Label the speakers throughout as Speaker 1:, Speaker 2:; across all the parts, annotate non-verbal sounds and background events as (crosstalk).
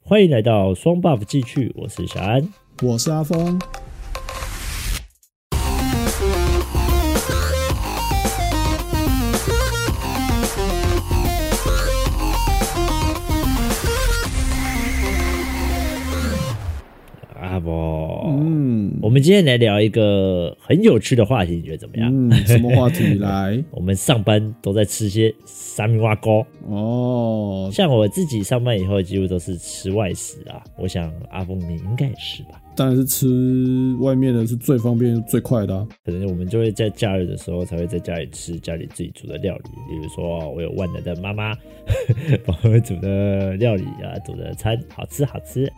Speaker 1: 欢迎来到双 buff 继续，我是小安。
Speaker 2: 我是阿峰，
Speaker 1: 阿波，
Speaker 2: 嗯
Speaker 1: 我们今天来聊一个很有趣的话题，你觉得怎么样？
Speaker 2: 嗯，什么话题 (laughs) 来？
Speaker 1: 我们上班都在吃些三明蛙糕，
Speaker 2: 哦，
Speaker 1: 像我自己上班以后几乎都是吃外食啊。我想阿峰你应该也是吧？
Speaker 2: 当然是吃外面的是最方便最快的啊、
Speaker 1: 可能我们就会在假日的时候才会在家里吃家里自己煮的料理，比如说我有万能的妈妈 (laughs) 帮我煮的料理啊，煮的餐好吃好吃。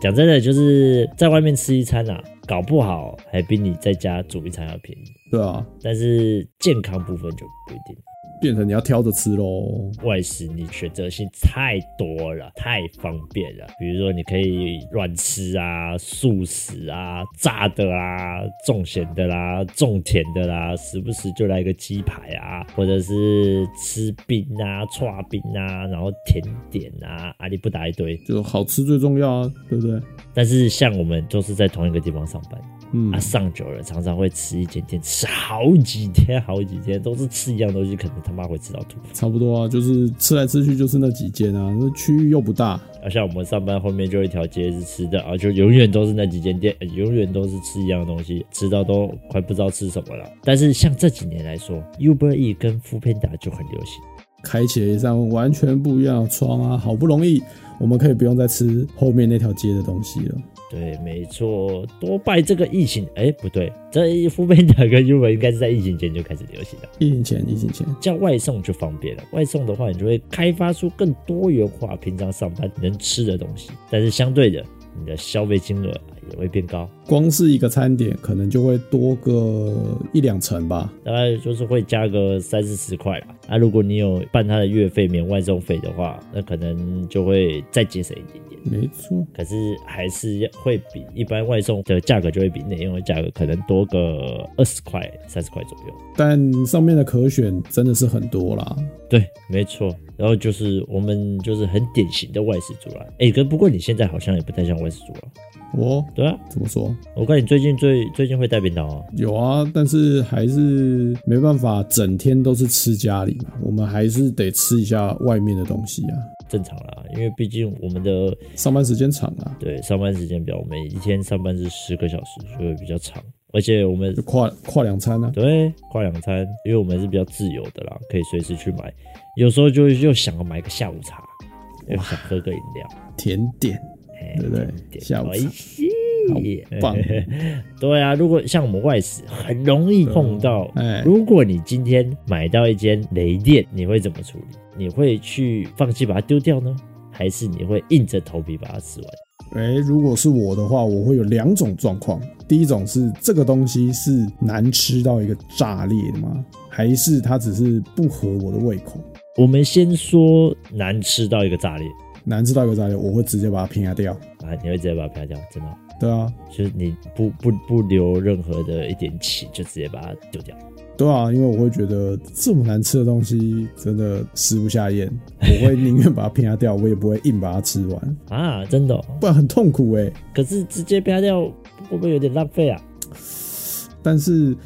Speaker 1: 讲真的，就是在外面吃一餐啊，搞不好还比你在家煮一餐要便宜。
Speaker 2: 对啊，
Speaker 1: 但是健康部分就不一定，
Speaker 2: 变成你要挑着吃喽。
Speaker 1: 外食你选择性太多了，太方便了。比如说你可以乱吃啊，素食啊，炸的啦、重咸的啦、重甜的啦，时不时就来个鸡排啊，或者是吃冰啊、串冰啊，然后甜点啊，阿里不打一堆。
Speaker 2: 就好吃最重要啊，对不对？
Speaker 1: 但是像我们都是在同一个地方上班，
Speaker 2: 嗯
Speaker 1: 啊，，上久了常常会吃一点点，吃好几天好几天，都是吃一样东西，可能他妈会吃到吐。
Speaker 2: 差不多啊，就是吃来吃去就是那几间啊，那区域又不大，
Speaker 1: 啊，像我们上班后面就有一条街是吃的啊，就永远都是那几间店，呃永远都是吃一样的东西，吃到都快不知道吃什么了。但是像这几年来说，Uber E 跟 f o o p a n d a 就很流行。
Speaker 2: 开启了一扇完全不一样的窗啊！好不容易我们可以不用再吃后面那条街的东西了。
Speaker 1: 对，没错，多拜这个疫情，哎，不对，这 f o o p a n d a 跟 Uber 应该是在疫情前就开始流行了。
Speaker 2: 疫情前，疫情前，
Speaker 1: 叫外送就方便了。外送的话，你就会开发出更多元化平常上班能吃的东西，但是相对的，你的消费金额也会变高。
Speaker 2: 光是一个餐点可能就会多个一两成吧。
Speaker 1: 大概就是会加个三四十块啦。那、如果你有办他的月费免外送费的话，那可能就会再节省一点点。
Speaker 2: 没错，
Speaker 1: 可是还是要会比一般外送的价格就会比内用的价格可能多个二十块、三十块左右。
Speaker 2: 但上面的可选真的是很多啦。
Speaker 1: 对，没错。然后就是我们就是很典型的外食族啦。哎，哥，不过你现在好像也不太像外食族了。
Speaker 2: 我
Speaker 1: 对啊，
Speaker 2: 哦怎么说？
Speaker 1: 我看你最近最最近会带便当哦。
Speaker 2: 有啊，但是还是没办法，整天都是吃家里嘛，我们还是得吃一下外面的东西啊。
Speaker 1: 正常啦，因为毕竟我们的
Speaker 2: 上班时间长啊，
Speaker 1: 对上班时间表，我们一天上班是十个小时，所以比较长。而且我们
Speaker 2: 就跨跨两餐啊。
Speaker 1: 对跨两餐，因为我们是比较自由的啦，可以随时去买。有时候就又想要买个下午茶，又想喝个饮料，
Speaker 2: 甜点，
Speaker 1: 哎
Speaker 2: 对不对
Speaker 1: 一点点
Speaker 2: 下午茶
Speaker 1: 哎西
Speaker 2: 好棒
Speaker 1: 对啊，如果像我们外食，很容易碰到。
Speaker 2: 哎
Speaker 1: 如果你今天买到一间雷店，你会怎么处理？你会去放弃把它丢掉呢，还是你会硬着头皮把它吃完？
Speaker 2: 诶，如果是我的话，我会有两种状况。第一种是这个东西是难吃到一个炸裂的吗？还是它只是不合我的胃口？
Speaker 1: 我们先说难吃到一个炸裂
Speaker 2: 难吃到一个炸裂，我会直接把它撇掉。
Speaker 1: 啊，你会直接把它啪掉，真的哦、
Speaker 2: 对啊，
Speaker 1: 就是你不不不留任何的一点气，就直接把它丢掉。
Speaker 2: 对啊，因为我会觉得这么难吃的东西真的食不下咽，我会宁愿把它撇掉，我也不会硬把它吃完， (laughs)
Speaker 1: 啊，真的、哦。
Speaker 2: 不然很痛苦欸诶。
Speaker 1: 可是直接啪掉会不会有点浪费啊？
Speaker 2: 但是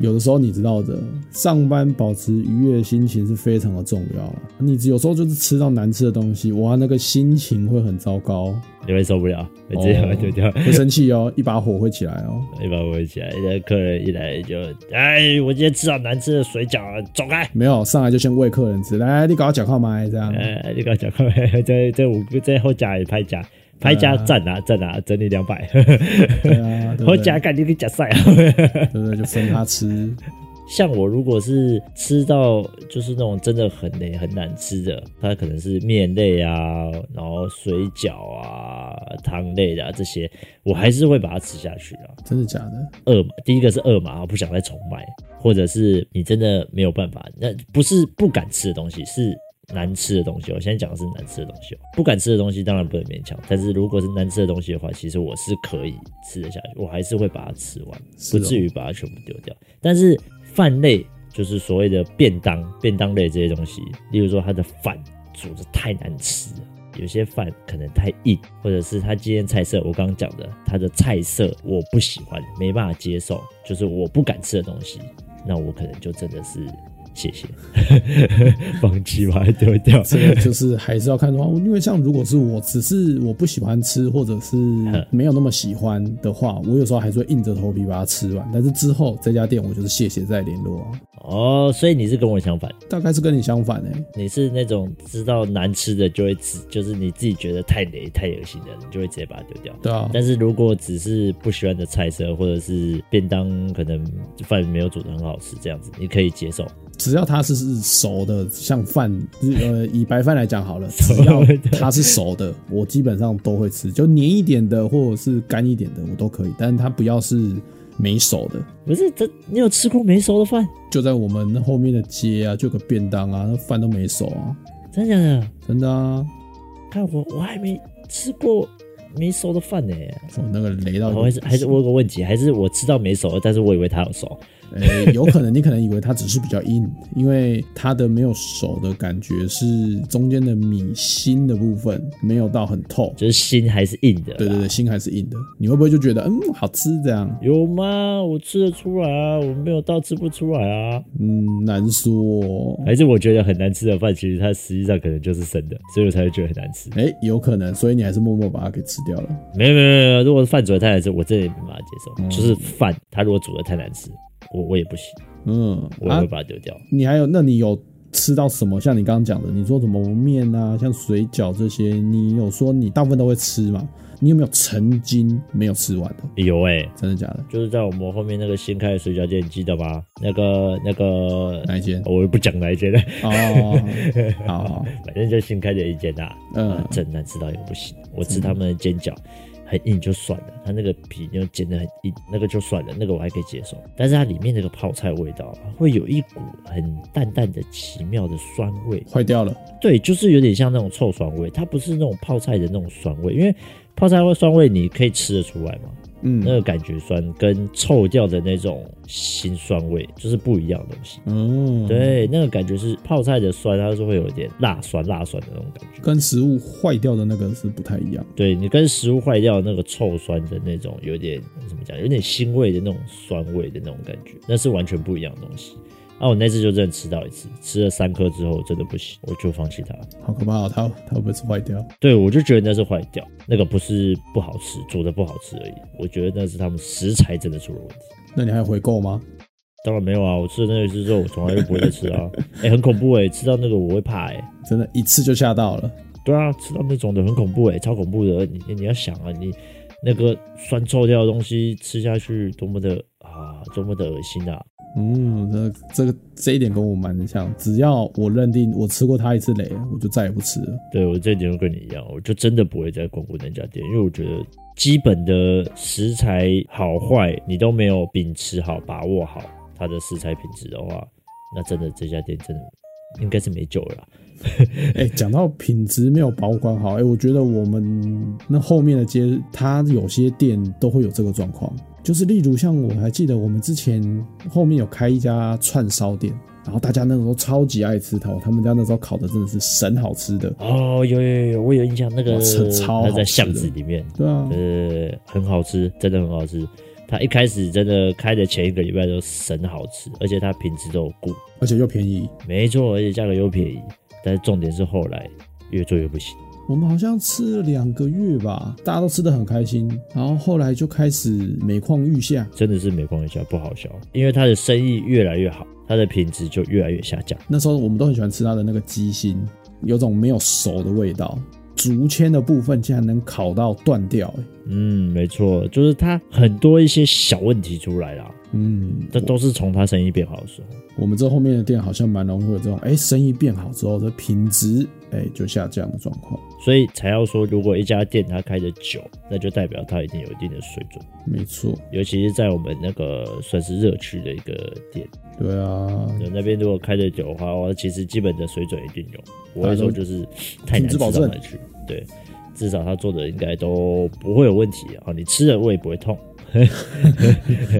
Speaker 2: 有的时候你知道的，上班保持愉悦的心情是非常的重要啊。你有时候就是吃到难吃的东西，哇，那个心情会很糟糕，
Speaker 1: 你会受不了，会直接把它丢掉。
Speaker 2: 会生气哦，一 (laughs) 把火会起来哦。
Speaker 1: 一般我会起来，那客人一来就，哎，我今天吃到难吃的水饺了，走开！
Speaker 2: 没有，上来就先喂客人吃，来，你搞讲话麦这样。
Speaker 1: 哎，你刚讲快，在在五个在后夹也拍夹，拍夹赞啊赞啊，整你两百，
Speaker 2: 对啊，
Speaker 1: (laughs)
Speaker 2: 对
Speaker 1: 后
Speaker 2: 不
Speaker 1: 夹
Speaker 2: 对？
Speaker 1: 干你个夹赛啊！
Speaker 2: 对不对？就分他吃。
Speaker 1: 像我如果是吃到就是那种真的很累很难吃的，它可能是面类啊，然后水饺啊、汤类的、啊、这些，我还是会把它吃下去啊。
Speaker 2: 真的假的？
Speaker 1: 饿嘛，第一个是饿嘛，我不想再重买，或者是你真的没有办法，那不是不敢吃的东西，是难吃的东西哦。我现在讲的是难吃的东西哦，不敢吃的东西当然不能勉强，但是如果是难吃的东西的话，其实我是可以吃得下去，我还是会把它吃完，
Speaker 2: 是
Speaker 1: 不
Speaker 2: 哦
Speaker 1: 至于把它全部丢掉。但是饭类就是所谓的便当、便当类这些东西，例如说它的饭煮的太难吃了。有些饭可能太硬，或者是它今天菜色，我刚刚讲的，它的菜色我不喜欢，没办法接受，就是我不敢吃的东西，那我可能就真的是谢谢， (laughs) 放弃把它丢掉。
Speaker 2: 这个就是还是要看状况，因为像如果是我只是我不喜欢吃，或者是没有那么喜欢的话，我有时候还是会硬着头皮把它吃完。但是之后这家店我就是谢谢再联络啊，
Speaker 1: 哦，所以你是跟我相反，
Speaker 2: 大概是跟你相反哎、
Speaker 1: 你是那种知道难吃的就会吃，就是你自己觉得太雷太恶心的，你就会直接把它丢掉。
Speaker 2: 对啊，
Speaker 1: 但是如果只是不喜欢的菜色，或者是便当可能饭没有煮的很好吃这样子，你可以接受。
Speaker 2: 只要它是是熟的，像饭呃以白饭来讲好了，只要它是熟的，我基本上都会吃，就黏一点的或者是干一点的我都可以，但是它不要是没熟的。
Speaker 1: (laughs) 不是这，你有吃过没熟的饭？
Speaker 2: 就在我们后面的街啊，就有个便当啊，那饭都没熟啊，
Speaker 1: 真的假的？
Speaker 2: 真的啊，
Speaker 1: 看我，我还没吃过没熟的饭呢、
Speaker 2: 我那个雷
Speaker 1: 然
Speaker 2: 到一个
Speaker 1: 后哦还是还是我有个问题，还是我吃到没熟的，但是我以为它有熟。
Speaker 2: 呃，有可能你可能以为它只是比较硬，因为它的没有熟的感觉是中间的米心的部分没有到很透，
Speaker 1: 就是心还是硬的啦。
Speaker 2: 对对对，心还是硬的，你会不会就觉得嗯好吃这样？
Speaker 1: 有吗？我吃得出来啊，我没有到吃不出来啊。
Speaker 2: 嗯，难说、哦。
Speaker 1: 还是我觉得很难吃的饭，其实它实际上可能就是生的，所以我才会觉得很难吃。
Speaker 2: 哎、有可能，所以你还是默默把它给吃掉了。
Speaker 1: 没有没有没有，如果是饭煮的太难吃，我真的也没办法接受。就是饭，它如果煮的太难吃，我我也不行，
Speaker 2: 嗯，
Speaker 1: 我也
Speaker 2: 啊
Speaker 1: 会，把它丢掉。
Speaker 2: 你还有，那你有吃到什么？像你刚刚讲的，你说什么面啊，像水饺这些，你有说你大部分都会吃嘛？你有没有曾经没有吃完的？
Speaker 1: 有哎、
Speaker 2: 真的假的？
Speaker 1: 就是在我们后面那个新开的水饺店，你记得吗？那个那个，
Speaker 2: 哪一间？
Speaker 1: 我也不讲哪一间了，
Speaker 2: 哦， (laughs) 好好，
Speaker 1: 反正就新开的一间啦、
Speaker 2: 嗯，
Speaker 1: 真难吃到也不行。我吃他们的煎饺，很硬就算了，它那个皮又煎的很硬，那个就算了，那个我还可以接受。但是它里面那个泡菜味道啊，会有一股很淡淡的奇妙的酸味，
Speaker 2: 坏掉了。
Speaker 1: 对，就是有点像那种臭酸味，它不是那种泡菜的那种酸味，因为泡菜味酸味你可以吃得出来嘛，那
Speaker 2: 嗯，
Speaker 1: 个感觉酸跟臭掉的那种辛酸味就是不一样的东西。
Speaker 2: 哦，，
Speaker 1: 对，那个感觉是泡菜的酸，它是会有一点辣酸辣酸的那种感觉。
Speaker 2: 跟食物坏掉的那个是不太一样。
Speaker 1: 对你跟食物坏掉的那个臭酸的那种，有点怎么讲，有点腥味的那种酸味的那种感觉，那是完全不一样的东西。啊，我那次就真的吃到一次，吃了三颗之后真的不行，我就放弃它了。
Speaker 2: 好可怕、哦，它它会不会是坏掉？
Speaker 1: 对，我就觉得那是坏掉，那个不是不好吃，煮的不好吃而已。我觉得那是他们食材真的出了问题。
Speaker 2: 那你还有回购吗？
Speaker 1: 当然没有啊，我吃了那一次之后，我从来就不会再吃啊。哎、很恐怖哎、吃到那个我会怕哎、
Speaker 2: 真的，一次就吓到了。
Speaker 1: 对啊，吃到那种的很恐怖哎、超恐怖的。你你你要想啊，你那个酸臭掉的东西吃下去，多么的啊，多么的恶心啊！
Speaker 2: 嗯，这这个这一点跟我蛮像。只要我认定我吃过它一次雷，我就再也不吃了。
Speaker 1: 对我这一点就跟你一样，我就真的不会再光顾那家店，因为我觉得基本的食材好坏你都没有秉持好、把握好它的食材品质的话，那真的这家店真的应该是没救了啦。
Speaker 2: 哎、讲到品质没有保管好，哎、我觉得我们那后面的街，它有些店都会有这个状况，就是例如像我还记得我们之前后面有开一家串烧店，然后大家那时候超级爱吃它，他们家那时候烤的真的是神好吃的，
Speaker 1: 哦，有有有，我有印象，那个
Speaker 2: 哇超超好
Speaker 1: 它在
Speaker 2: 吃的
Speaker 1: 巷子里面，
Speaker 2: 对啊，
Speaker 1: 呃，很好吃，真的很好吃。它一开始真的开的前一个礼拜都神好吃，而且它品质都有顾，
Speaker 2: 而且又便宜。
Speaker 1: 没错，而且价格又便宜。但是重点是后来越做越不行，
Speaker 2: 我们好像吃了两个月吧，大家都吃的很开心，然后后来就开始每况愈下。
Speaker 1: 真的是每况愈下，不好笑。因为它的生意越来越好，它的品质就越来越下降。
Speaker 2: 那时候我们都很喜欢吃它的那个鸡心，有种没有熟的味道。竹签的部分竟然能烤到断掉、欸，
Speaker 1: 嗯，没错，就是它很多一些小问题出来啦，
Speaker 2: 嗯，
Speaker 1: 这都是从它生意变好的时候。
Speaker 2: 我们这后面的店好像蛮容易会有这种，哎、生意变好之后的品质，哎、就下降的状况。
Speaker 1: 所以才要说，如果一家店它开的久，那就代表它一定有一定的水准，
Speaker 2: 没错，
Speaker 1: 尤其是在我们那个算是热区的一个店，
Speaker 2: 对啊，
Speaker 1: 那那边如果开的久的话，哇，其实基本的水准一定有。我会说就是太
Speaker 2: 品
Speaker 1: 难
Speaker 2: 质
Speaker 1: 吃
Speaker 2: 保
Speaker 1: 到
Speaker 2: 证
Speaker 1: 哪里去，对，至少他做的应该都不会有问题啊，你吃了胃不会痛。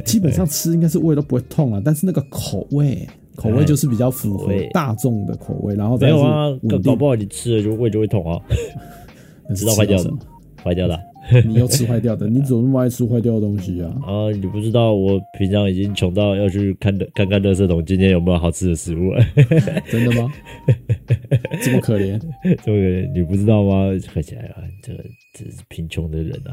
Speaker 2: 基本上吃应该是胃都不会痛啊，但是那个口味，口味就是比较符合
Speaker 1: 哎口味
Speaker 2: 大众的口味，然后
Speaker 1: 没
Speaker 2: 再是
Speaker 1: 有啊，搞
Speaker 2: 稳
Speaker 1: 搞
Speaker 2: 定
Speaker 1: 不好你吃了就胃就会痛啊。 (laughs)
Speaker 2: 但
Speaker 1: 知
Speaker 2: 是
Speaker 1: 道
Speaker 2: 吃
Speaker 1: 坏掉
Speaker 2: 到
Speaker 1: 的
Speaker 2: 什么，
Speaker 1: 坏掉了。
Speaker 2: 你又吃坏掉的，你怎么那么爱吃坏掉的东西啊？
Speaker 1: 啊，你不知道我平常已经穷到要去看的看看垃圾桶今天有没有好吃的食物、 (laughs) 啊，
Speaker 2: 真的
Speaker 1: (laughs)
Speaker 2: 吗？这么可怜，
Speaker 1: 这个你不知道吗？看起来啊，这个这是贫穷的人啊，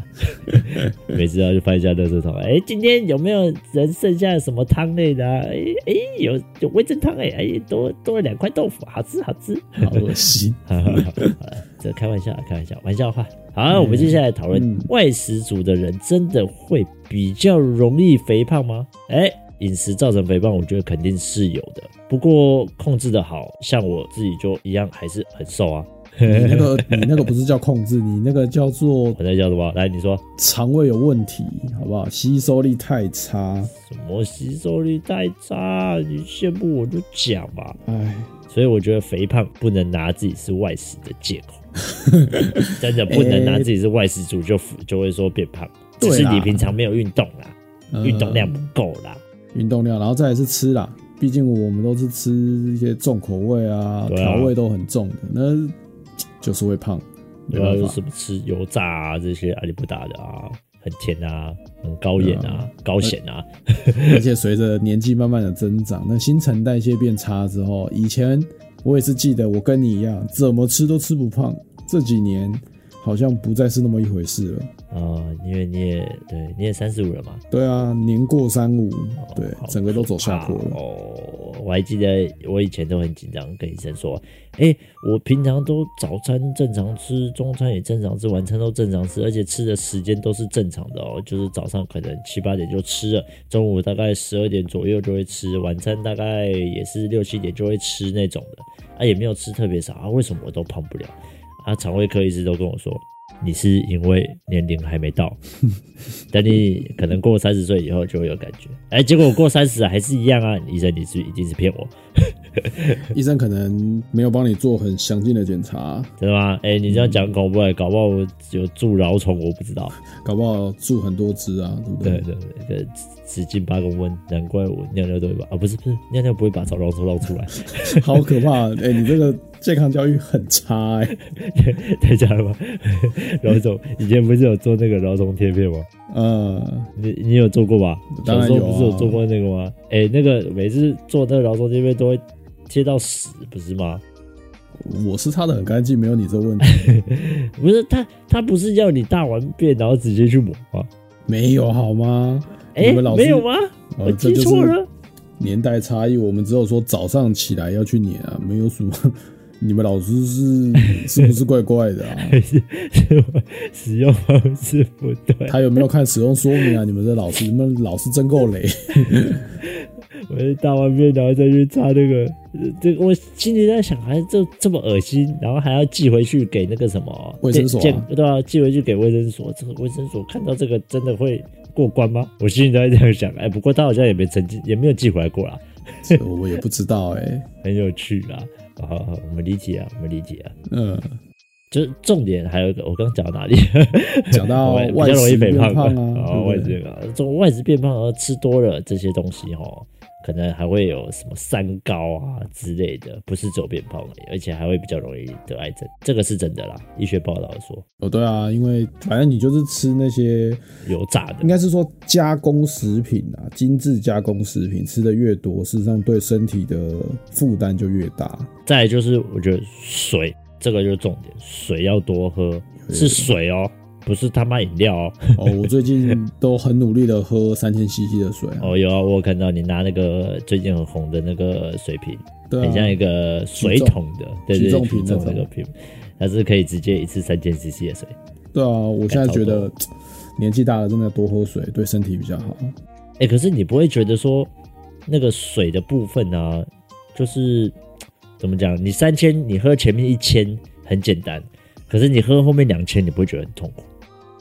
Speaker 1: (laughs) 每次要去翻一下垃圾桶，哎、今天有没有人剩下什么汤类的、啊？哎、哎、有有味噌汤哎、哎、多多了两块豆腐，好吃好吃。
Speaker 2: 好恶
Speaker 1: (laughs)
Speaker 2: 心。
Speaker 1: 好好好，好了 (laughs) 这开玩笑，啊开玩笑，玩笑话。好，我们接下来讨论、
Speaker 2: 嗯
Speaker 1: 外食族的人真的会比较容易肥胖吗？哎、饮食造成肥胖，我觉得肯定是有的。不过控制的好，像我自己就一样，还是很瘦啊。
Speaker 2: 你
Speaker 1: (laughs)
Speaker 2: 那个你那个不是叫控制，你那个叫做
Speaker 1: 我在叫什么？来，你说
Speaker 2: 肠胃有问题，好不好？吸收力太差。
Speaker 1: 什么吸收力太差？你羡慕我就讲嘛。
Speaker 2: 哎，
Speaker 1: 所以我觉得肥胖不能拿自己是外食的借口，
Speaker 2: (laughs)
Speaker 1: 真的不能拿自己是外食族就就会说变胖，
Speaker 2: 对
Speaker 1: 只
Speaker 2: 啦
Speaker 1: 是你平常没有运动啦，
Speaker 2: 呃
Speaker 1: 运动量不够啦。
Speaker 2: 运动量，然后再来是吃啦。毕竟我们都是吃一些重口味啊，
Speaker 1: 对啊
Speaker 2: 调味都很重的，那就是会胖，没
Speaker 1: 然后
Speaker 2: 办
Speaker 1: 又
Speaker 2: 法。
Speaker 1: 啊是不吃油炸啊这些阿里不达的啊，很甜啊，很高盐啊，
Speaker 2: 嗯
Speaker 1: 高咸啊，
Speaker 2: 而且随着年纪慢慢的增长，那新陈代谢变差之后，以前我也是记得，我跟你一样，怎么吃都吃不胖。这几年好像不再是那么一回事了。
Speaker 1: 呃，因为你也对，你也三十五了嘛，
Speaker 2: 对啊，年过三五，对
Speaker 1: 好，
Speaker 2: 整个都走下坡
Speaker 1: 怕
Speaker 2: 了。
Speaker 1: 啊哦，我还记得我以前都很紧张，跟医生说，哎、我平常都早餐正常吃，中餐也正常吃，晚餐都正常吃，而且吃的时间都是正常的哦，就是早上可能七八点就吃了，中午大概十二点左右就会吃，晚餐大概也是六七点就会吃那种的，啊，也没有吃特别少啊，为什么我都胖不了？啊，肠胃科医师都跟我说。你是因为年龄还没到，等你可能过三十岁以后就会有感觉。哎、结果我过三十还是一样啊！医生，你是一定是骗我，
Speaker 2: 医生可能没有帮你做很详尽的检查，
Speaker 1: 真的吗？哎、你这样讲恐怖、欸，搞不好我有住饶虫，我不知道。
Speaker 2: 搞不好蛀很多只啊，对不
Speaker 1: 对对对对，直径八公分，难怪我尿尿都会把啊，不是不是，尿尿不会把找饶虫捞出来， (laughs)
Speaker 2: (laughs) 好可怕！哎、你这个健康教育很差哎、
Speaker 1: 太假 (laughs) 了吧？饶虫以前不是有做那个饶虫贴片吗？
Speaker 2: 呃，
Speaker 1: 你你有做过吧？
Speaker 2: 当然
Speaker 1: 小时
Speaker 2: 有
Speaker 1: 候
Speaker 2: 啊
Speaker 1: 不是有做过那个吗？哎、那个每次做那个饶虫贴片都会贴到死，不是吗？
Speaker 2: 我是擦的很干净，没有你这问题。
Speaker 1: 不是他他不是要你大完便然后直接去抹吗？
Speaker 2: 没有好吗？
Speaker 1: 哎、
Speaker 2: 你们老师
Speaker 1: 没有吗？
Speaker 2: 呃
Speaker 1: 我记错了。
Speaker 2: 年代差异，我们只有说早上起来要去撵啊，没有什么。 (laughs) 你们老师是是不是怪怪的
Speaker 1: (laughs)
Speaker 2: 啊？
Speaker 1: 是是我 (laughs) 使用方式不对，
Speaker 2: 他有没有看使用说明啊？你们的老师，你们老师真够累。
Speaker 1: 我是大完便然后再去擦那个，呃这个我心里在想，还这这么恶心，然后还要寄回去给那个什么
Speaker 2: 卫生所啊
Speaker 1: 健健对啊，寄回去给卫生所，这个卫生所看到这个真的会过关吗？我心里都在这样想，哎、不过他好像也没曾经也没有寄回来过啦，
Speaker 2: 这我也不知道哎、
Speaker 1: 很有趣啦。好好，好我们理解啊，我们理解啊。
Speaker 2: 嗯、
Speaker 1: 就是重点还有一个，我刚讲到哪里？
Speaker 2: 讲到
Speaker 1: (laughs) 我比
Speaker 2: 外
Speaker 1: 较容易
Speaker 2: 食
Speaker 1: 肥
Speaker 2: 变
Speaker 1: 胖
Speaker 2: 胖啊，
Speaker 1: 哦，
Speaker 2: 对
Speaker 1: 外
Speaker 2: 不
Speaker 1: 食
Speaker 2: 对？
Speaker 1: 变胖，这种外食变胖，而吃多了这些东西哦，可能还会有什么三高啊之类的，不是只有变胖而已，而且还会比较容易得癌症，这个是真的啦，医学报道说
Speaker 2: 哦，对啊，因为反正你就是吃那些
Speaker 1: 油炸
Speaker 2: 应
Speaker 1: 的，
Speaker 2: 该是说加工食品啊，精致加工食品吃的越多，事实上对身体的负担就越
Speaker 1: (laughs)
Speaker 2: 大。
Speaker 1: 再来就是我觉得水，这个就是重点，水要多喝，是水哦，不是他妈饮料哦。
Speaker 2: 哦，我最近都很努力的喝三千 CC 的水啊，
Speaker 1: 哦，有啊，我有看到你拿那个最近很红的那个水瓶，
Speaker 2: 对
Speaker 1: 很像一
Speaker 2: 啊，
Speaker 1: 个水桶的，对
Speaker 2: 举
Speaker 1: 对
Speaker 2: 重
Speaker 1: 对，
Speaker 2: 瓶
Speaker 1: 举重
Speaker 2: 那
Speaker 1: 那
Speaker 2: 种
Speaker 1: 个瓶，它是可以直接一次三千 CC 的水。
Speaker 2: 对啊，我现在觉
Speaker 1: 哎差不
Speaker 2: 得嘖年纪大了，真的要多喝水对身体比较好。
Speaker 1: 哎、可是你不会觉得说那个水的部分啊，就是怎么讲？你三千，你喝前面一千很简单，可是你喝后面两千，你不会觉得很痛苦？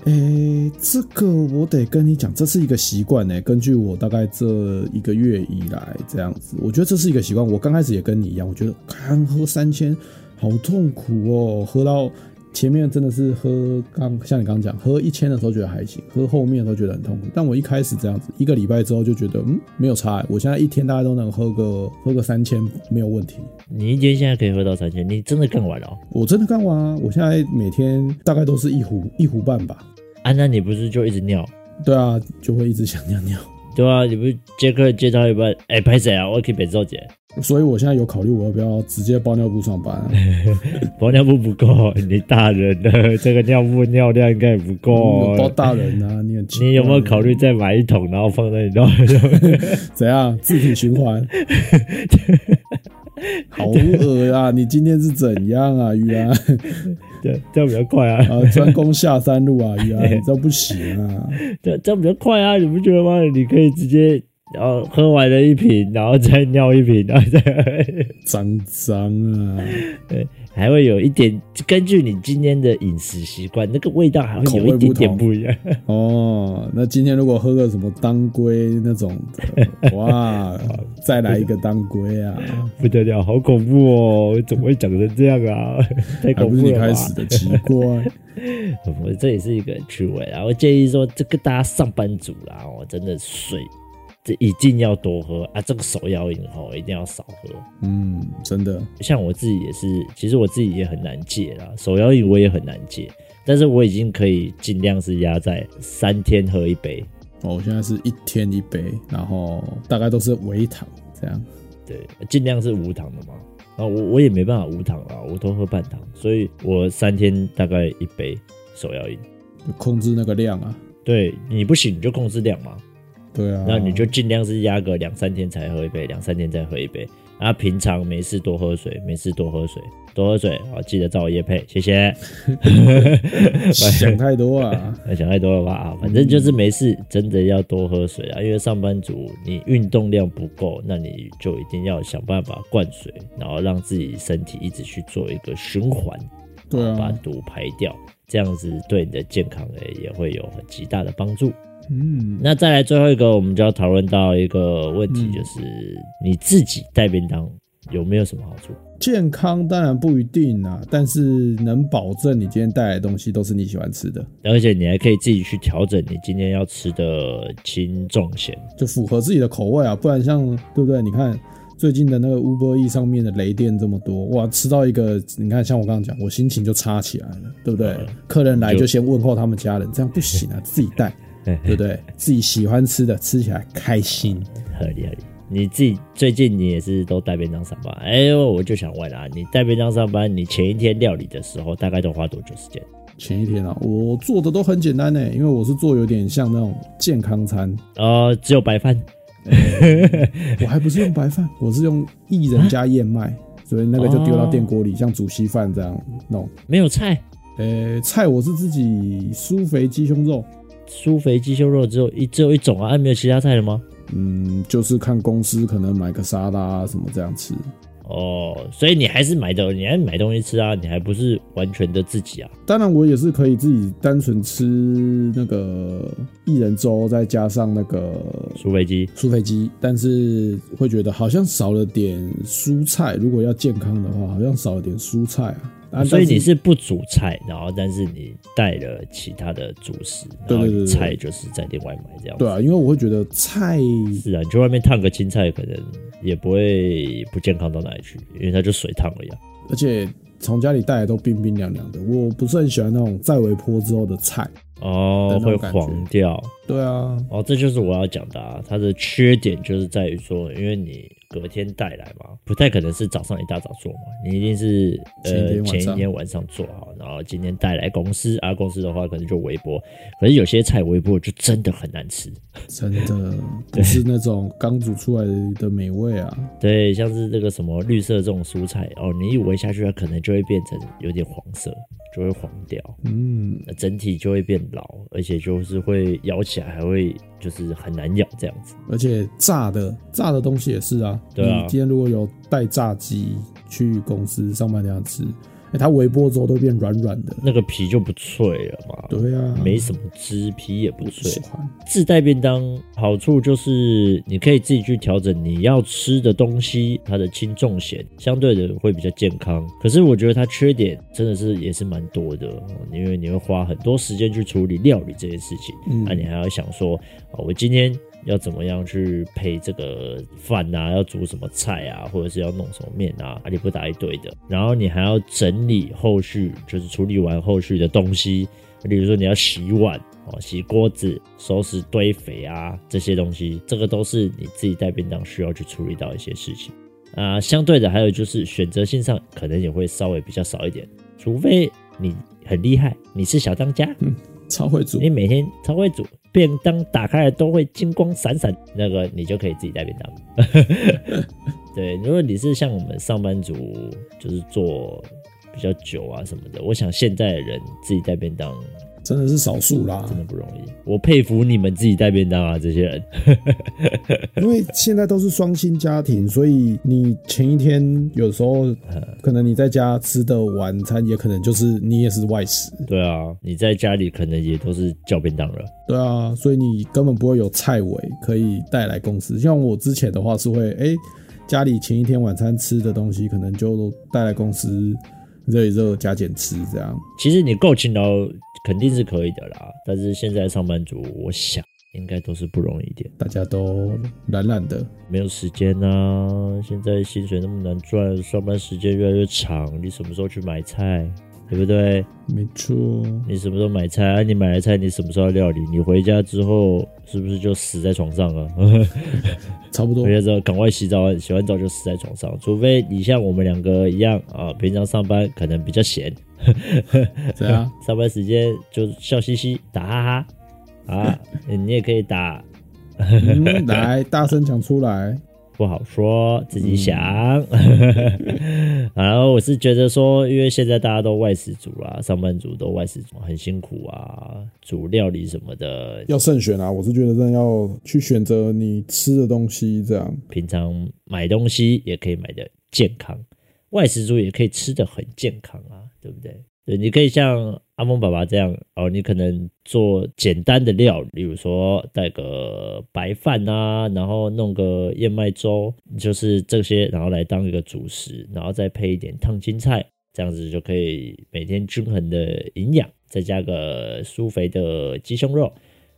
Speaker 2: 诶、这个我得跟你讲，这是一个习惯呢。根据我大概这一个月以来这样子，我觉得这是一个习惯。我刚开始也跟你一样，我觉得看喝三千好痛苦哦，喝到前面真的是喝刚像你刚刚讲，喝一千的时候觉得还行，喝后面的时候觉得很痛苦。但我一开始这样子，一个礼拜之后就觉得嗯没有差欸、我现在一天大概都能喝个喝个三千没有问题。
Speaker 1: 你一天现在可以喝到三千，你真的干完了哦、
Speaker 2: 我真的干完啊！我现在每天大概都是一壶一壶半吧。
Speaker 1: 啊，那你不是就一直尿？
Speaker 2: 对啊，就会一直想 (laughs) 尿尿。
Speaker 1: 对啊，你不是接客接到一半，哎、拍谁啊？我可以北奏
Speaker 2: (laughs)
Speaker 1: 姐，
Speaker 2: 所以我现在有考虑我要不要直接包尿布上班、啊。
Speaker 1: 包尿布不够，你大人了，这个尿布尿量应该也不够
Speaker 2: 有包
Speaker 1: (laughs) 哦。
Speaker 2: 大人啊，你很奇怪
Speaker 1: 你有没有考虑再买一桶，然后放在你那 (laughs) 里？
Speaker 2: 怎样自体循
Speaker 1: (laughs)
Speaker 2: 环？好恶啊！你今天是怎样啊，玉安？
Speaker 1: 对，这样比较快啊， (laughs)
Speaker 2: 啊，专攻下三路啊，玉安，你这不行啊！
Speaker 1: 这这样比较快啊，你不觉得吗？你可以直接，然后喝完了一瓶，然后再尿一瓶，然后再喝。
Speaker 2: 脏脏啊，
Speaker 1: 还会有一点，根据你今天的饮食习惯，那个味道还会有一点点不一样。 (laughs)
Speaker 2: 哦，那今天如果喝个什么当归那种
Speaker 1: (laughs)
Speaker 2: 的，哇，再来一个当归啊，
Speaker 1: 不得了，好恐怖哦！怎么会讲成这样啊？ (laughs) 太
Speaker 2: 还
Speaker 1: 恐
Speaker 2: 不是
Speaker 1: 怖
Speaker 2: 你
Speaker 1: 了吧
Speaker 2: 开始的，奇怪。
Speaker 1: 我这也是一个趣味啊。我建议说，这个大家上班族啦，哦，真的水这一定要多喝啊，这个手摇饮哦一定要少喝。
Speaker 2: 嗯，真的，
Speaker 1: 像我自己也是，其实我自己也很难戒啦，手摇饮我也很难戒，但是我已经可以尽量是压在三天喝一杯。
Speaker 2: 哦，我现在是一天一杯，然后大概都是微糖这样。
Speaker 1: 对，尽量是无糖的嘛。然后我我也没办法无糖啊，我都喝半糖，所以我三天大概一杯手摇饮。
Speaker 2: 控制那个量啊。
Speaker 1: 对你不行，你就控制量嘛，
Speaker 2: 对啊，
Speaker 1: 那你就尽量是压个两三天才喝一杯，两三天再喝一杯。啊，平常没事多喝水，没事多喝水，多喝水啊！记得找我叶配，谢谢。
Speaker 2: 想太
Speaker 1: (laughs)
Speaker 2: 多啊。
Speaker 1: 那想太多了吧？啊，反正就是没事，真的要多喝水啊，因为上班族你运动量不够，那你就一定要想办法灌水，然后让自己身体一直去做一个循环，
Speaker 2: 对
Speaker 1: 把
Speaker 2: 啊，
Speaker 1: 毒排掉，这样子对你的健康诶也会有很极大的帮助。
Speaker 2: 嗯，
Speaker 1: 那再来最后一个，我们就要讨论到一个问题，
Speaker 2: 嗯
Speaker 1: 就是你自己带便当有没有什么好处？
Speaker 2: 健康当然不一定啊，但是能保证你今天带来的东西都是你喜欢吃的，
Speaker 1: 而且你还可以自己去调整你今天要吃的轻重咸。
Speaker 2: 就符合自己的口味啊，不然像对不对？你看。最近的那个 Uber E 上面的雷电这么多，哇！吃到一个，你看像我刚刚讲，我心情就差起来了，对不对？客人来
Speaker 1: 就
Speaker 2: 就先问候他们家人，这样不行啊，自己带，对不对？自己喜欢吃的，吃起来开心。
Speaker 1: 合理合理。你自己最近你也是都带便当上班，哎、呦，我就想问啊，你带便当上班，你前一天料理的时候大概都花多久时间？
Speaker 2: 前一天啊，我做的都很简单呢，因为我是做有点像那种健康餐，
Speaker 1: 呃，只有白饭，
Speaker 2: 我还不是用白饭，我是用薏仁加燕麦，所以那个就丢到电锅里，像煮稀饭这样弄。
Speaker 1: 没有菜，
Speaker 2: 呃、菜我是自己酥肥鸡胸肉，
Speaker 1: 酥肥鸡胸肉只有一只有一种啊，啊没有其他菜了吗？
Speaker 2: 嗯，就是看公司可能买个沙拉啊什么这样吃。
Speaker 1: 哦，所以你还是买的，你还是买东西吃啊，你还不是完全的自己啊？
Speaker 2: 当然，我也是可以自己单纯吃那个薏仁粥，再加上那个
Speaker 1: 酥肥鸡，
Speaker 2: 酥肥鸡，但是会觉得好像少了点蔬菜。如果要健康的话，好像少了点蔬菜啊。啊
Speaker 1: 哦所以
Speaker 2: 但
Speaker 1: 你是不煮菜，然后但是你带了其他的主食，
Speaker 2: 对
Speaker 1: 然后
Speaker 2: 对对对
Speaker 1: 菜就是在另外买这样子
Speaker 2: 对。啊，因为我会觉得菜
Speaker 1: 是啊，你去外面烫个青菜，可能也不会不健康到哪里去，因为它就水烫了呀。
Speaker 2: 而且从家里带来都冰冰凉凉的，我不是很喜欢那种再微波之后的菜。
Speaker 1: 哦，
Speaker 2: 那
Speaker 1: 会
Speaker 2: 种感觉
Speaker 1: 黄掉。
Speaker 2: 对啊，
Speaker 1: 哦，这就是我要讲的啊。它的缺点就是在于说，因为你隔天带来嘛，不太可能是早上一大早做嘛，你一定是呃前
Speaker 2: 前一天晚上
Speaker 1: 一天晚上做好，然后今天带来公司啊，公司的话可能就微波，可是有些菜微波就真的很难吃。
Speaker 2: 真的不是那种刚煮出来的美味啊。
Speaker 1: 对，像是这个什么绿色这种蔬菜哦，你一围下去，它可能就会变成有点黄色，就会黄掉。
Speaker 2: 嗯，
Speaker 1: 那整体就会变老，而且就是会咬起来还会就是很难咬这样子。
Speaker 2: 而且炸的炸的东西也是啊。
Speaker 1: 对啊
Speaker 2: 你今天如果有带炸鸡去公司上班这样吃，哎、它微波之后都变软软的。
Speaker 1: 那个皮就不脆了嘛，
Speaker 2: 对啊，
Speaker 1: 没什么汁，皮也不脆
Speaker 2: 喜。欢。
Speaker 1: 自带便当好处就是你可以自己去调整你要吃的东西，它的轻重咸，相对的会比较健康。可是我觉得它缺点真的是也是蛮多的，哦因为你会花很多时间去处理料理这件事情，
Speaker 2: 嗯
Speaker 1: 那、你还要想说，哦我今天。要怎么样去配这个饭啊？要煮什么菜啊？或者是要弄什么面啊？阿里不打一堆的，然后你还要整理后续，就是处理完后续的东西，例如说你要洗碗哦、洗锅子、收拾堆肥啊这些东西，这个都是你自己带便当需要去处理到一些事情啊、相对的，还有就是选择性上可能也会稍微比较少一点，除非你很厉害，你是小当家，
Speaker 2: 超会煮
Speaker 1: 你，每天超会煮。便当打开来都会金光闪闪，那个你就可以自己带便当。 (laughs) 对，如果你是像我们上班族，就是做比较久啊什么的，我想现在的人自己带便当
Speaker 2: 真的是少数啦。
Speaker 1: 真的不容易。我佩服你们自己带便当啊，这些人。
Speaker 2: 因为现在都是双薪家庭，所以你前一天有时候可能你在家吃的晚餐，也可能就是你也是外食，
Speaker 1: 对啊，你在家里可能也都是叫便当了。
Speaker 2: 对啊，所以你根本不会有菜尾可以带来公司。像我之前的话是会，哎、家里前一天晚餐吃的东西，可能就带来公司热一热加减吃这样。
Speaker 1: 其实你够勤劳肯定是可以的啦，但是现在上班族，我想应该都是不容易一点，
Speaker 2: 大家都懒懒的，
Speaker 1: 没有时间啊。现在薪水那么难赚，上班时间越来越长，你什么时候去买菜？对不对？
Speaker 2: 没错，
Speaker 1: 你什么时候买菜？啊，你买了菜，你什么时候要料理？你回家之后是不是就死在床上了？
Speaker 2: 差不多
Speaker 1: 回。家之后赶快洗澡，洗完澡就死在床上。除非你像我们两个一样啊，平常上班可能比较闲，
Speaker 2: 对啊，
Speaker 1: 上班时间就笑嘻嘻打哈哈啊，你也可以打，
Speaker 2: 嗯、来大声讲出来。
Speaker 1: 不好说，自己想。 (laughs) 然后我是觉得说，因为现在大家都外食族啦，上班族都外食族，很辛苦啊，煮料理什么的，
Speaker 2: 要慎选啊！我是觉得真的要去选择你吃的东西，这样
Speaker 1: 平常买东西也可以买的健康，外食族也可以吃的很健康啊，对不对？对，你可以像阿峰爸爸这样哦，你可能做简单的料，例如说带个白饭啊，然后弄个燕麦粥，就是这些，然后来当一个主食，然后再配一点烫青菜，这样子就可以每天均衡的营养，再加个酥肥的鸡胸肉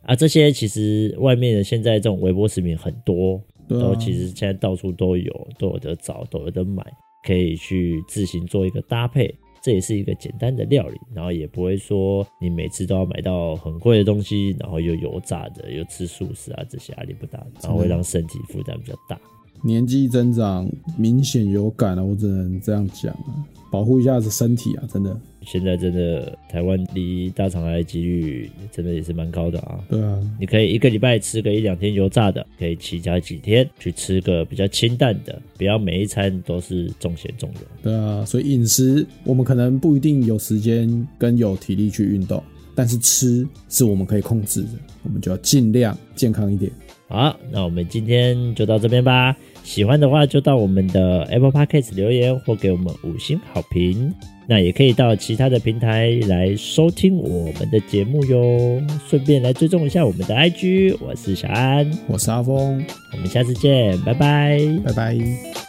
Speaker 1: 啊，这些其实外面的现在这种微波食品很多，
Speaker 2: 对啊
Speaker 1: 都，其实现在到处都有，都有得找，都有得买，可以去自行做一个搭配。这也是一个简单的料理，然后也不会说你每次都要买到很贵的东西，然后又油炸的，又吃素食啊这些阿里不达，然后会让身体负担比较大。
Speaker 2: 年纪增长明显有感啊，我只能这样讲啊，保护一下子身体啊，真的。
Speaker 1: 现在真的台湾离大肠癌的几率真的也是蛮高的啊。
Speaker 2: 对啊，
Speaker 1: 你可以一个礼拜吃个一两天油炸的，可以其他几天去吃个比较清淡的，不要每一餐都是重咸重油。
Speaker 2: 对啊，所以饮食我们可能不一定有时间跟有体力去运动，但是吃是我们可以控制的，我们就要尽量健康一点。
Speaker 1: 好，那我们今天就到这边吧。喜欢的话就到我们的 Apple Podcast 留言或给我们五星好评。那也可以到其他的平台来收听我们的节目哟，顺便来追踪一下我们的 IG。我是小安，
Speaker 2: 我是阿峰，
Speaker 1: 我们下次见，拜拜。
Speaker 2: 拜拜。